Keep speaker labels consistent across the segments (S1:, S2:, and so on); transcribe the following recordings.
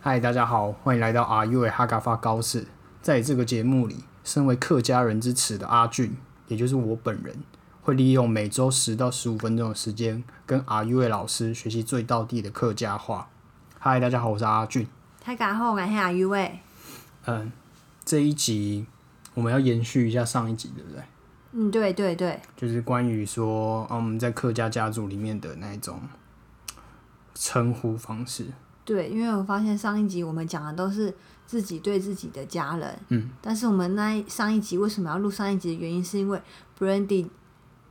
S1: 嗨，大家好，欢迎来到阿 U 的哈嘎发高士。在这个节目里，身为客家人之耻的阿俊，也就是我本人，会利用每周十到十五分钟的时间，跟阿 U 的老师学习最道地的客家话。嗨，大家好，我是阿俊。
S2: 太敢后，感谢阿鱼喂。
S1: 嗯，这一集我们要延续一下上一集，对不对？
S2: 嗯，对对对，
S1: 就是关于说，嗯，我们在客家家族里面的那一种称呼方式。
S2: 对，因为我发现上一集我们讲的都是自己对自己的家人，嗯，但是我们那一上一集为什么要录上一集的原因，是因为 Brandy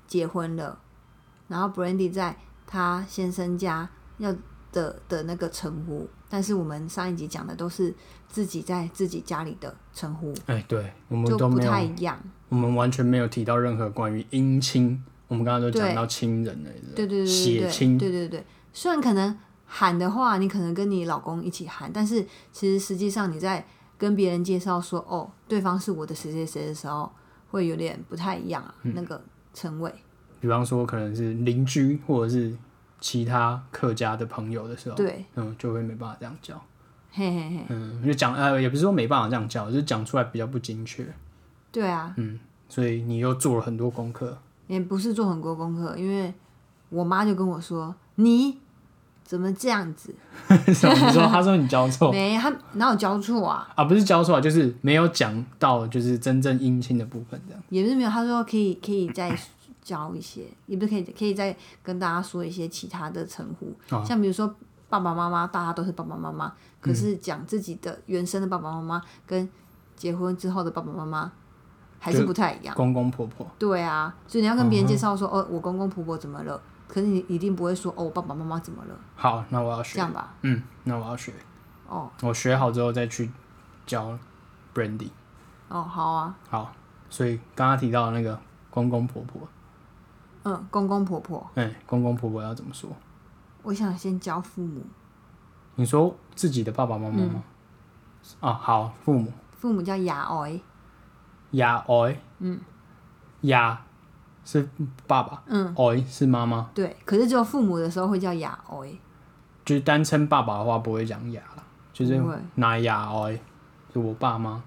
S2: 结婚了，然后 Brandy 在她先生家要的的那个称呼，但是我们上一集讲的都是自己在自己家里的称呼，
S1: 哎、对，我们
S2: 就
S1: 都
S2: 不
S1: 没有
S2: 太一样。
S1: 我们完全没有提到任何关于姻亲，我们刚刚都讲到亲人了，
S2: 对对对
S1: 血
S2: 对
S1: 亲
S2: 对对对对，虽然可能喊的话，你可能跟你老公一起喊，但是其实实际上你在跟别人介绍说哦，对方是我的谁谁谁的时候，会有点不太一样啊，那个称谓。
S1: 比方说可能是邻居或者是其他客家的朋友的时候，
S2: 对，
S1: 嗯，就会没办法这样叫，
S2: 嘿嘿嘿，
S1: 嗯，就讲呃，也不是说没办法这样叫，就是讲出来比较不精确，
S2: 对啊，
S1: 所以你又做了很多功课，
S2: 也不是做很多功课，因为我妈就跟我说你怎么这样子，
S1: 什么你说他说你教 错
S2: 没她哪有教错啊，
S1: 啊，不是教错啊，就是没有讲到就是真正姻亲的部分这样，
S2: 也不是没有，她说可以可以再教一些，也不是可以可以再跟大家说一些其他的称呼。
S1: 哦
S2: 像比如说爸爸妈妈，大家都是爸爸妈妈，可是讲自己的原生的爸爸妈妈跟结婚之后的爸爸妈妈还是
S1: 就
S2: 不太一样。
S1: 公公婆婆，
S2: 对啊，所以你要跟别人介绍说，哦，我公公婆婆怎么了？可是你一定不会说，哦，我爸爸妈妈怎么了？
S1: 好，那我要
S2: 这
S1: 学，
S2: 样吧？
S1: 嗯，那我要学，
S2: 哦
S1: 我学好之后再去教 Brandy。
S2: 哦，好啊，
S1: 好，所以刚刚提到的那个公公婆婆，
S2: 嗯，公公婆婆，
S1: 哎、公公婆婆要怎么说？
S2: 我想先教父母，
S1: 你说自己的爸爸妈妈
S2: 嗯
S1: 吗？啊，好，父母
S2: 父母叫雅哎，
S1: 雅哎，嗯，雅是爸爸，
S2: 嗯，
S1: 哎是妈妈，
S2: 对，可是只有父母的时候会叫雅哎，
S1: 就是单称爸爸的话不会讲雅啦，就是
S2: 不会
S1: 拿雅哎，就我爸妈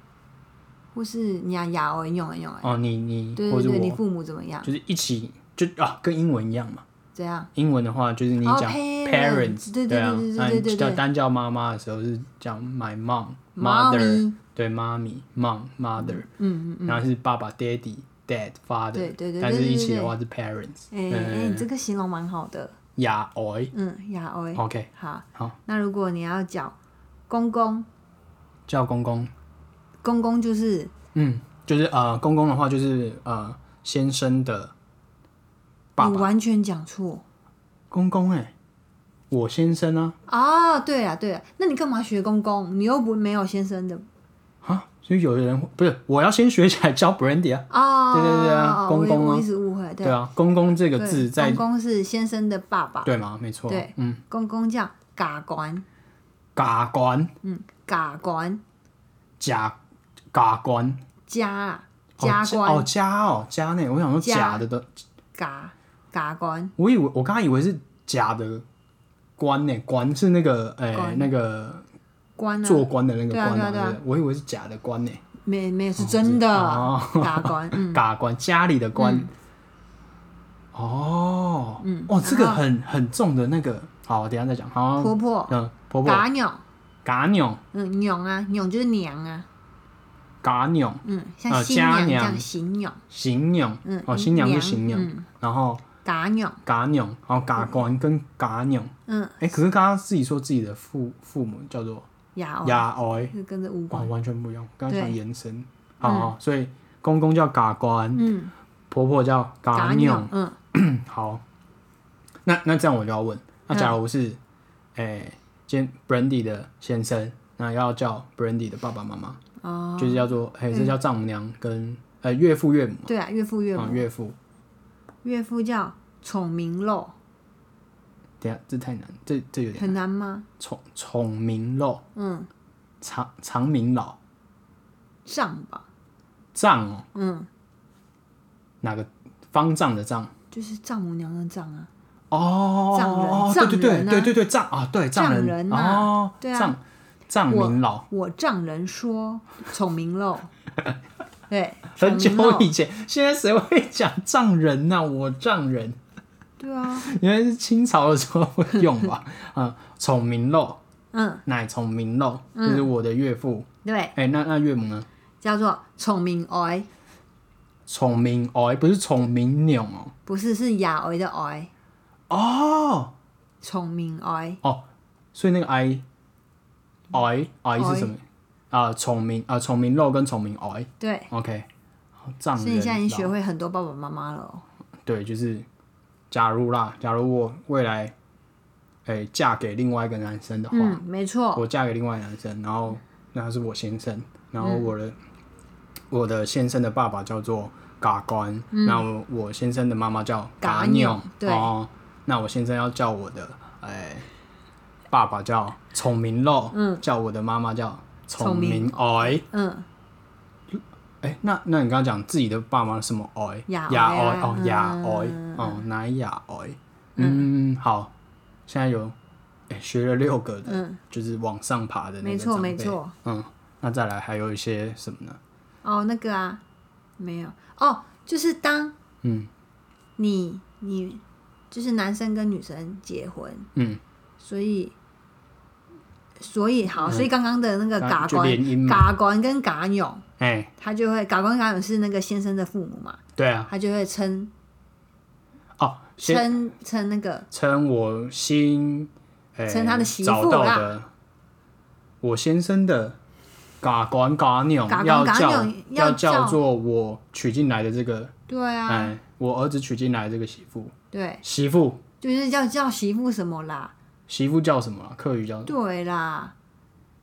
S2: 或是你要雅哎，用哎用哎，
S1: 哦，你你
S2: 对
S1: 或
S2: 对
S1: 者
S2: 对，你
S1: 我，
S2: 父母怎么样？
S1: 就是一起就啊，跟英文一样嘛。
S2: 怎样？
S1: 英文的话就是你
S2: 哦
S1: 讲
S2: parents，
S1: 对
S2: 对对对
S1: 啊
S2: 对，对
S1: 那
S2: 对
S1: 你
S2: 对
S1: 叫
S2: 对
S1: 单叫妈妈的时候是讲 my mom
S2: Mommy
S1: mother，对妈咪 mom mother，嗯嗯，然后是爸爸 daddy dad father，
S2: 对对对
S1: 但是
S2: 对对
S1: 一起的
S2: 对
S1: 话是 parents，
S2: 哎、哎、你这个形容蛮好的，
S1: 呀，oi，
S2: 嗯，呀哦，
S1: OK，
S2: 好，
S1: 好，
S2: 那如果你要叫公公，
S1: 叫公公，
S2: 公公就是
S1: 嗯，就是呃公公的话就是呃先生的爸
S2: 你
S1: 爸，
S2: 完全讲错
S1: 公公哎，我先生啊，
S2: 啊，对啊对啊，那你干嘛学公公？你又不没有先生的
S1: 啊，所以有的人会不是我要先学起来教 Brandy 啊，
S2: 啊，
S1: 对对对啊
S2: 哦
S1: 公公啊
S2: 我一我一直误会，
S1: 对啊，公公这个字
S2: 对，
S1: 在
S2: 公公是先生的爸爸，
S1: 对吗？没错，
S2: 对
S1: 嗯。
S2: 公公叫嘎官，
S1: 假官
S2: 嗯，嘎官
S1: 假假官
S2: 家啊
S1: 哦
S2: 家
S1: 哦
S2: 官
S1: 家哦家内，我想说
S2: 家
S1: 假的的，
S2: 嘎嘎官，
S1: 我以为我刚刚以为是假的官呢，官是那个哎、
S2: 官
S1: 那个
S2: 官啊，
S1: 做官的那个
S2: 对啊
S1: 官
S2: 对啊对啊
S1: 不我以为是假的官呢，
S2: 没没有是真的
S1: 哦
S2: 嘎官， 嗯。
S1: 假官家里的官。哦，
S2: 嗯
S1: 哦，这个
S2: 然后
S1: 很很重的那个，好，等一下再讲。好，
S2: 婆婆，
S1: 嗯，婆婆
S2: 嘎娘，
S1: 嘎娘
S2: 嗯，娘啊，娘就是娘啊，
S1: 嘎娘
S2: 嗯，像
S1: 呃
S2: 新
S1: 家
S2: 娘这
S1: 娘
S2: 样新娘，
S1: 行娘，
S2: 嗯，
S1: 哦，新娘就
S2: 娘
S1: 行娘，
S2: 嗯
S1: 然后
S2: 嘎娘，
S1: 嘎娘，然后嘎官跟嘎娘。
S2: 嗯，
S1: 哎、可是刚刚自己说自己的父父母叫做
S2: 雅哦，
S1: 牙哀，
S2: 是跟着无
S1: 哇，
S2: 关，
S1: 完全不一样。刚刚
S2: 对
S1: 想延伸，好好所以公公叫嘎官，
S2: 嗯，
S1: 婆婆叫嘎
S2: 嘎
S1: 娘
S2: 娘，。嗯，
S1: 好，那那这样我就要问，那假如是，哎、今天 Brandy 的先生，那要叫 Brandy 的爸爸妈妈，
S2: 哦，
S1: 就是叫做，哎、这叫丈母娘跟呃岳父岳母，
S2: 对啊，岳父岳
S1: 嗯，
S2: 母，
S1: 岳父。
S2: 岳父叫宠明肉，
S1: 等一下，这太难，这这有点
S2: 很难吗？
S1: 宠宠明肉，
S2: 嗯，
S1: 长长明老
S2: 上吧，
S1: 丈哦，
S2: 嗯，
S1: 哪个方丈的丈？
S2: 就是丈母娘的丈啊，
S1: 哦，
S2: 丈人
S1: 哦
S2: 丈
S1: 对对对
S2: 人啊
S1: 对对对，丈啊，对
S2: 丈
S1: 人
S2: 人啊
S1: 哦，
S2: 对啊
S1: 丈藏民老，
S2: 我丈人说孔明 漏，对，
S1: 很久
S2: 孔明漏
S1: 以前，现在谁会讲藏人呐、我藏人，
S2: 对啊，
S1: 原来是清朝的时候会用 吧？啊，崇明漏，
S2: 嗯，
S1: 乃崇明漏，就是我的岳父。
S2: 对，
S1: 哎、那那岳母呢？
S2: 叫做孔明癌，
S1: 崇明哦，不是崇明钮哦。
S2: 不是是雅癌的癌，
S1: 哦
S2: 孔明癌，
S1: 哦，所以那个 i i i 是什么？啊，崇明啊，崇明漏跟崇明 i。
S2: 对，
S1: OK，好藏
S2: 所以
S1: 人。
S2: 你现在已经学会很多爸爸妈妈了哦。
S1: 对，就是假如啦，假如我未来，哎、嫁给另外一个男生的话，
S2: 嗯，没错，
S1: 我嫁给另外一个男生，然后那他是我先生，然后我
S2: 嗯
S1: 的、我的先生的爸爸叫做嘎官，那、我我先生的妈妈叫
S2: 嗯嘎
S1: 钮
S2: 钮，对
S1: 哦，那我先生要叫我的哎、爸爸叫崇明漏，嗯，叫我的妈妈叫崇
S2: 崇明
S1: 明哎，
S2: 嗯，
S1: 哎、那那你刚刚讲自己的爸妈是什么哎？
S2: 雅
S1: 雅
S2: 哀
S1: 哎
S2: 啊
S1: 哦，雅哎
S2: 嗯
S1: 哦，哪雅哎？嗯，好，现在有哎、学了六个的，
S2: 嗯
S1: 就是往上爬的那个
S2: 没错
S1: 长辈
S2: 没错。
S1: 嗯，那再来还有一些什么呢？
S2: 哦，那个啊，没有哦，就是当
S1: 嗯
S2: 你你就是男生跟女生结婚，
S1: 嗯，
S2: 所以所以好，所以刚刚的那个
S1: 那
S2: 嘎
S1: 就联
S2: 官
S1: 姻嘛。
S2: 嘎官跟嘎勇，
S1: 哎、
S2: 他就会嘎官嘎勇是那个先生的父母嘛，
S1: 对啊，
S2: 他就会称
S1: 哦，先
S2: 称称那个
S1: 称我新，哎、
S2: 称他的媳妇啊
S1: 找到
S2: 啦
S1: 的我先生的嘎管嘎钮
S2: 嘎管
S1: 要
S2: 嘎
S1: 叫
S2: 钮要
S1: 要叫
S2: 叫
S1: 做我娶进来的这个
S2: 对啊，
S1: 哎，我儿子娶进来这个媳妇，
S2: 对，
S1: 媳妇，
S2: 就是叫叫媳妇什么啦，
S1: 媳妇叫什么啊？客语叫
S2: 对啦，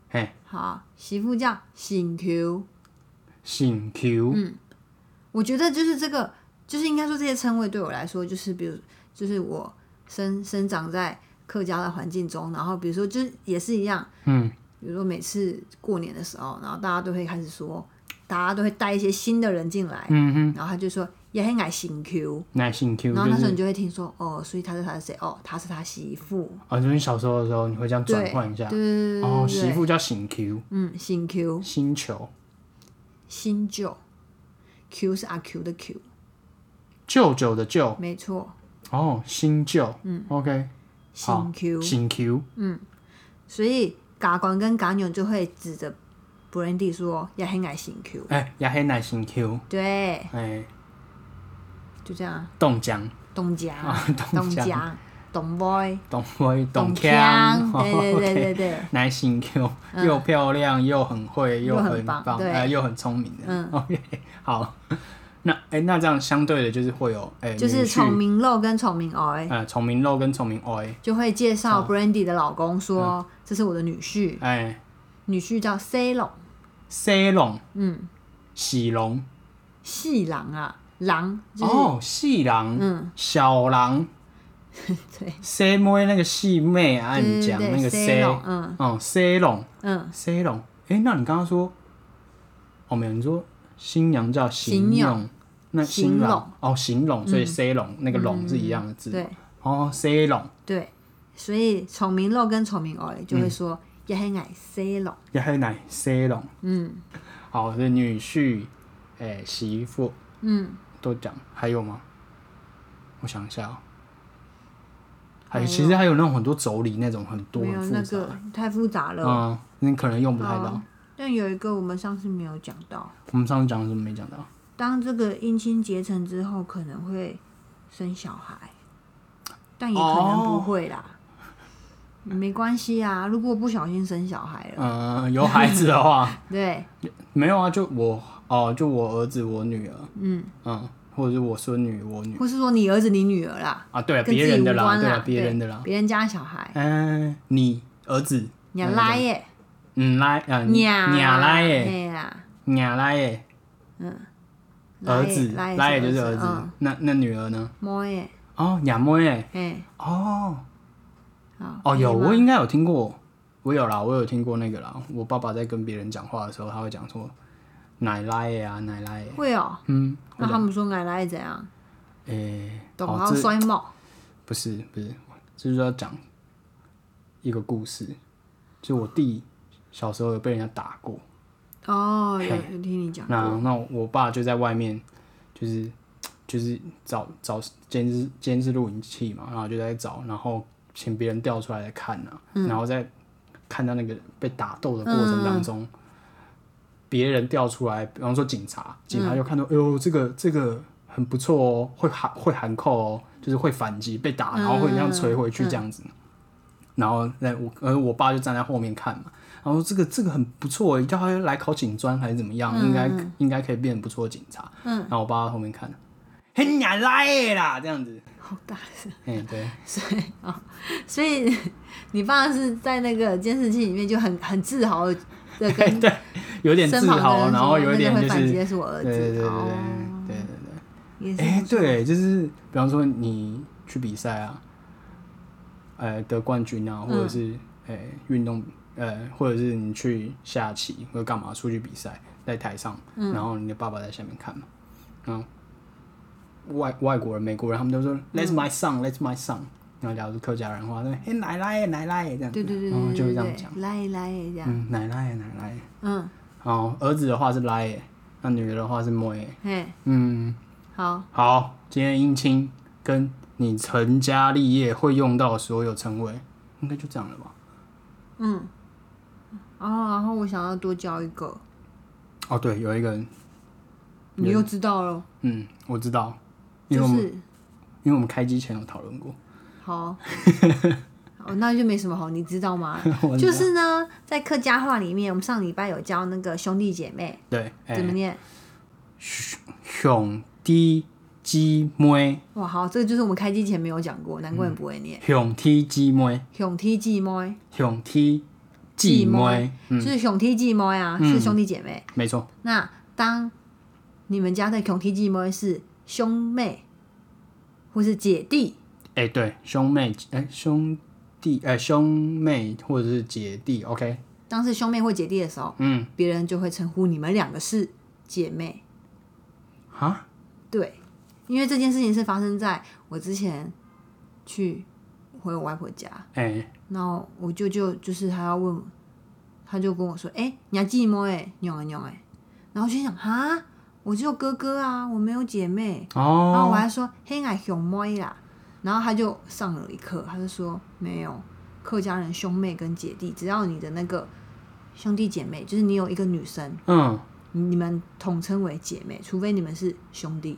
S1: 嘿，
S2: 好，媳妇叫醒 Q，
S1: 姓 Q，
S2: 嗯我觉得就是这个，就是应该说这些称谓对我来说，就是比如就是我生生长在客家的环境中，然后比如说就是也是一样，
S1: 嗯，
S2: 比如说每次过年的时候，然后大家都会开始说，大家都会带一些新的人进来，
S1: 嗯哼，
S2: 然后他就说也很爱新 Q，
S1: 那姓 Q
S2: 然后那
S1: 就
S2: 时候你
S1: 是，
S2: 就会听说哦，所以他是他的谁哦，他是他媳妇，
S1: 啊，就是你小时候的时候，你会这样转
S2: 对
S1: 换一下
S2: 对，对对
S1: 哦，
S2: 对
S1: 媳
S2: 嗯对
S1: 妇叫姓 Q，
S2: 嗯，新 Q
S1: 星球
S2: 新旧，Q 是阿 Q 的 Q，
S1: 舅舅的舅，
S2: 没错，
S1: 哦，新舅，嗯，OK，好
S2: 新 Q。
S1: 姓 Q，
S2: 所以嘎管跟嘎牛就会指着 Brandy 说要很爱心 Q，
S1: 哎，亚黑奶姓 Q，
S2: 对，
S1: 哎，
S2: 就这样，
S1: 冻僵，
S2: 东家、
S1: 冻
S2: 东
S1: 僵，
S2: 家、东 boy、
S1: 冻威，冻
S2: 腔，
S1: 腔，
S2: 对 对对对
S1: 对，
S2: 对，
S1: 奶姓哦 Q，又漂亮又很会
S2: 又很
S1: 很
S2: 棒
S1: 棒，
S2: 对
S1: 哎，又很聪明的，
S2: 嗯，
S1: OK，好，那哎、那这样相对的就是会有哎、
S2: 就是
S1: 女婿
S2: 崇明露跟崇明儿
S1: 呃崇明肉跟崇明 O，
S2: 就会介绍 Brandy 的老公
S1: 嗯
S2: 说这是我的女婿，
S1: 哎
S2: 女婿叫 C 龙，
S1: 西龙
S2: 嗯，
S1: 喜龙
S2: 细郎啊，郎就是
S1: 哦细郎
S2: 嗯
S1: 小郎
S2: 对
S1: 西妹那个细妹啊，
S2: 对
S1: 你
S2: 对
S1: 讲
S2: 对
S1: 那个西
S2: ，C 龙，嗯
S1: 哦西龙
S2: 嗯，
S1: 西龙，哎、那你刚刚说哦没有，你说新娘叫
S2: 行
S1: 邢
S2: 勇
S1: 勇。那新
S2: 行
S1: 郎哦，行龙，所以 C 龙那个龙是一样的字
S2: 嗯对
S1: 哦，C 龙
S2: 对，所以崇明露跟崇明儿就会说要很爱 C 龙。
S1: 也还有奶 C 龙，
S2: 嗯
S1: 好，是女婿，哎、媳妇
S2: 嗯，
S1: 都讲，还有吗？我想一下、哦，
S2: 还
S1: 还
S2: 有
S1: 其实还有那种很多妯娌那种很多
S2: 没有
S1: 很复
S2: 那
S1: 杂，
S2: 个太复杂了。
S1: 嗯，你可能用不太到。
S2: 好但有一个我们上次没有讲到，
S1: 我们上次讲的什么没讲到？
S2: 当这个姻亲结成之后，可能会生小孩，但也可能不会啦。
S1: 哦
S2: 没关系啊，如果不小心生小孩了，
S1: 嗯、有孩子的话，
S2: 对，
S1: 没有啊，就我哦，就我儿子，我女儿，
S2: 嗯，
S1: 嗯，或者是我孙女，我女
S2: 或是说你儿子、你女儿啦，
S1: 啊，对啊，
S2: 跟
S1: 别
S2: 自己
S1: 人
S2: 无
S1: 的啦，
S2: 关
S1: 对啊
S2: 啦，，
S1: 别人的啦，
S2: 别人家小孩，
S1: 嗯、你儿子，
S2: 你拉耶，
S1: 嗯，来，嗯、
S2: 你
S1: 来耶，
S2: 嘿啦，
S1: 你来耶。儿子，
S2: 拉耶
S1: 拉也就是儿子。
S2: 嗯，
S1: 那那女儿呢？
S2: 摸耶，
S1: 哦，亚妹哎，
S2: 嘿，
S1: 哦
S2: 好，
S1: 哦，有，
S2: 可以吗
S1: 我应该有听过，我有啦，我有听过那个啦。我爸爸在跟别人讲话的时候，他会讲说奶拉耶啊，奶拉耶，
S2: 会哦，
S1: 嗯，
S2: 那他们说奶奶怎样？
S1: 诶，
S2: 懂
S1: 好
S2: 然后
S1: 哦这
S2: 摔帽
S1: 不是不是，这就是要讲一个故事，就我弟小时候有被人家打过，
S2: 哦，有有听你讲
S1: 那
S2: 过，
S1: 那我爸就在外面，就是就是找找监视监视录影器嘛，然后就在找，然后请别人调出来来看啊，
S2: 嗯
S1: 然后再看到那个被打斗的过程当中，别、人调出来，比方说警察，警
S2: 嗯
S1: 察就看到，哎呦，这个这个很不错哦，会喊会喊扣哦，就是会反击，被打，然后会这
S2: 嗯
S1: 样捶回去这样子。然后那我呃我爸就站在后面看嘛，然后这个这个很不错欸耶，叫他来考警专还是怎么样，应该
S2: 嗯
S1: 应该可以变得不错的警察。嗯，然后我爸在后面看，很难来的啦，这样子。
S2: 好大声，
S1: 嗯，对，
S2: 所以你爸是在那个监视器里面就很很自豪的跟
S1: 有点自
S2: 身旁的
S1: 豪，
S2: 人
S1: 然
S2: 说
S1: 后有一
S2: 那
S1: 点
S2: 个
S1: 就
S2: 会反
S1: 是
S2: 击的是我儿
S1: 对对
S2: 子，
S1: 对对对
S2: 哦
S1: 对对。
S2: 也是
S1: 哎、
S2: 不错，
S1: 对，就是比方说你去比赛啊，呃，得冠军
S2: 嗯
S1: 啊，或者是呃运、动，呃，或者是你去下棋或者干嘛出去比赛，在台上，
S2: 嗯
S1: 然后你的爸爸在下面看嘛，然后外外国人、美国人他们都说、Let's
S2: 嗯
S1: my son, Let's my son。然后假如是客家人的话，那嘿奶奶耶奶奶耶这样子，
S2: 对对对
S1: 然后
S2: 对
S1: 哦就会
S2: 对
S1: 这样
S2: 对
S1: 讲，，
S2: 来来这样，
S1: 嗯，奶奶耶奶奶耶。
S2: 嗯，
S1: 然后儿子的话是来耶，那女的的话是摸耶，
S2: 嘿，
S1: 嗯，
S2: 好，
S1: 好，今天姻亲跟你成家立业会用到的所有称谓，应该就这样了吧？
S2: 嗯，然后哦然后我想要多教一个，
S1: 哦，对，有一个人，
S2: 你又知道了，
S1: 嗯，我知道，因为
S2: 就
S1: 我们、
S2: 是
S1: 因为我们开机前有讨论过，
S2: 好，哦，那就没什么好，你知道吗？
S1: 我知
S2: 就
S1: 道
S2: 是呢，在客家话里面，我们上礼拜有教那个兄弟姐妹
S1: 对，哎、
S2: 怎么念。
S1: 兄弟姊妹，
S2: 哇，好，这个就是我们开机前没有讲过，难怪
S1: 嗯
S2: 你不会念。
S1: 兄弟姊妹，
S2: 兄弟姐妹，
S1: 兄弟姊妹，
S2: 就是兄弟姐妹啊，
S1: 嗯
S2: 是兄弟姐妹。
S1: 没错，
S2: 那当你们家的兄弟姐妹是兄妹或是姐弟，
S1: 哎、对，兄妹，哎、兄弟，哎、兄妹或者是姐弟，OK，
S2: 当是兄妹或姐弟的时候，
S1: 嗯，
S2: 别人就会称呼你们两个是姐妹。
S1: 哈，
S2: 对，因为这件事情是发生在我之前去回我外婆家，
S1: 哎、
S2: 然后我舅舅就是他要问我，他就跟我说：“哎、你还寂寞哎，娘哎娘哎。”然后我就想哈，我只有哥哥啊，我没有姐妹。然后我
S1: 哦，
S2: 还说：“嘿，俺熊妹啦。”然后他就上了一课，他就说：“没有，客家人兄妹跟姐弟，只要你的那个兄弟姐妹，就是你有一个女生，
S1: 嗯。
S2: 你们统称为姐妹，除非你们是兄弟。”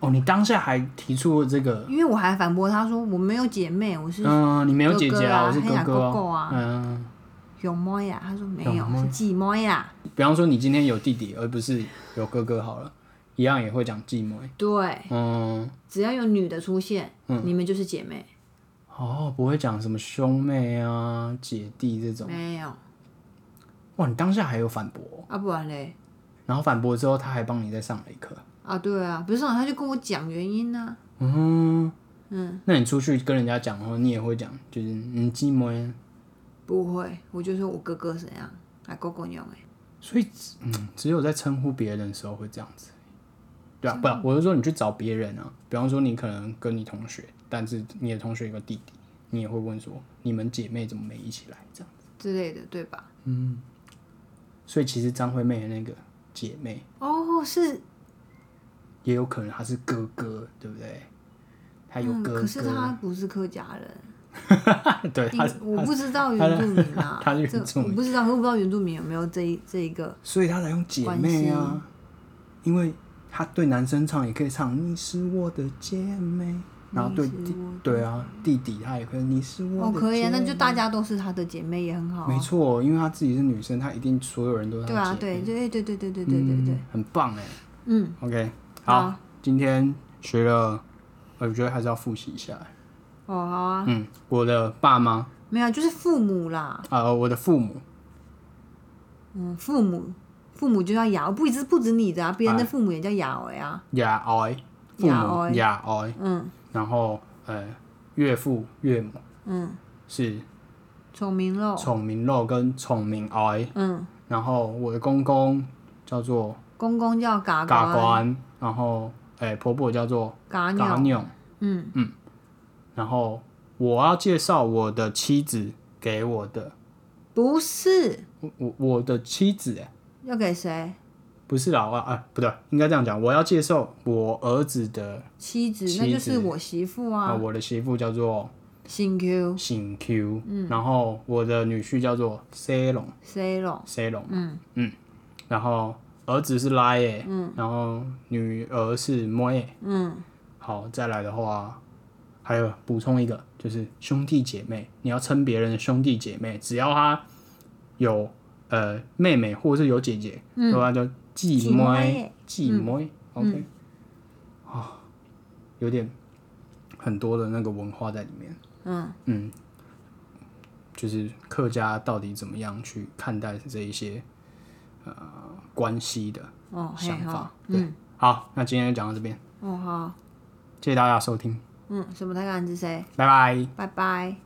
S1: 哦，你当下还提出了这个，
S2: 因为我还反驳他说我没有姐妹，我是
S1: 嗯、你没有
S2: 哥
S1: 姐
S2: 哥
S1: 姐
S2: 啊
S1: 我是
S2: 黑
S1: 哥
S2: 呀
S1: 哥
S2: 哥哥啊
S1: 嗯，
S2: 有妹呀，他说没
S1: 有
S2: 有，
S1: 妹
S2: 是姐妹啦。
S1: 比方说你今天有弟弟，而不是有哥哥好了，一样也会讲继母。
S2: 对，
S1: 嗯，
S2: 只要有女的出现，你们就是姐妹，
S1: 哦，不会讲什么兄妹啊、姐弟这种。
S2: 没有
S1: 哇，你当下还有反驳，
S2: 啊，不然嘞
S1: 然后反驳之后，他还帮你再上了一课。
S2: 啊，对啊，不是啊他就跟我讲原因啊呢、
S1: 嗯嗯，那你出去跟人家讲的话，你也会讲，就是嗯继母。
S2: 不会，我就说我哥哥怎样，啊，哥哥用哎，
S1: 所以，嗯，只有在称呼别人的时候会这样子，对啊，不啊，我是说你去找别人啊，比方说你可能跟你同学，但是你的同学有个弟弟，你也会问说你们姐妹怎么没一起来这样。
S2: 之类的，对吧？
S1: 所以其实张惠妹的那个姐妹
S2: 哦，是，
S1: 也有可能她是哥哥，对不对？她有
S2: 嗯，
S1: 哥
S2: 可是
S1: 哥，
S2: 他不是客家人，
S1: 对，她
S2: 因我不知道原住民啊，
S1: 他是原
S2: 这
S1: 住民
S2: 我不知道，我不知道原住民有没有这一这一个，
S1: 所以她才用姐妹啊，因为她对男生唱也可以唱你是我的姐妹，然后对
S2: 你是
S1: 弟
S2: 我的
S1: 对啊弟弟她也可以你是我
S2: 哦，
S1: 的
S2: 可以啊，
S1: 姐
S2: 那就大家都是他的姐妹也很好啊，
S1: 没错，因为她自己是女生，她一定所有人都是她
S2: 对
S1: 的
S2: 啊，
S1: 姐妹
S2: 对，对对对对对对对对
S1: 嗯，很棒哎。
S2: 嗯，
S1: OK，
S2: 好
S1: 好，今天学了，我觉得还是要复习一下。
S2: 哦，好啊，
S1: 嗯，我的爸妈，
S2: 没有，啊就是父母啦，
S1: 呃，我的父母，
S2: 嗯，父母，父母就叫雅，不只不止你的啊，别
S1: 哎
S2: 人的父母也叫雅维啊，
S1: 亚爱，父
S2: 亚
S1: 母
S2: 爱
S1: 亚爱，
S2: 嗯
S1: 然后呃，岳父岳母
S2: 嗯，哦
S1: 是
S2: 聪明喽，
S1: 宠明肉跟宠明爱，
S2: 嗯，
S1: 然后我的公公叫做
S2: 公公叫嘎
S1: 嘎
S2: 瓜，
S1: 官，然后哎、婆婆叫做
S2: 嘎
S1: 嘎
S2: 鸟，
S1: 妞。
S2: 嗯，
S1: 然后我要介绍我的妻子给我的，
S2: 不是，
S1: 我我我的妻子哎，
S2: 要给谁？
S1: 不是啦，我啊不对，应该这样讲，我要接受我儿子的
S2: 妻子，
S1: 妻
S2: 那就是
S1: 子
S2: 我媳妇
S1: 啊、
S2: 啊。
S1: 我的媳妇叫做
S2: 姓 Q
S1: 醒 Q，、然
S2: 嗯
S1: 后我的女婿叫做 C 龙
S2: C 龙，
S1: C 龙，
S2: 嗯
S1: 然后儿子是 Lai，耶、然后女儿是 Mo 耶。
S2: 嗯，
S1: 好，再来的话，还有补充一个，就是兄弟姐妹，你要称别人的兄弟姐妹，只要他有呃妹妹或是有姐姐，对吧？叫继
S2: 继
S1: 妹嗯
S2: 妹，
S1: 继妹，OK，啊，有点很多的那个文化在里面，嗯嗯，就是客家到底怎么样去看待这一些呃关系的
S2: 哦，嘿
S1: 想
S2: 好
S1: 法，，对，好，那今天就讲到这边，
S2: 哦好，
S1: 谢谢大家的收听。
S2: 嗯，什么太感恩之谁？
S1: 拜拜。
S2: 拜拜。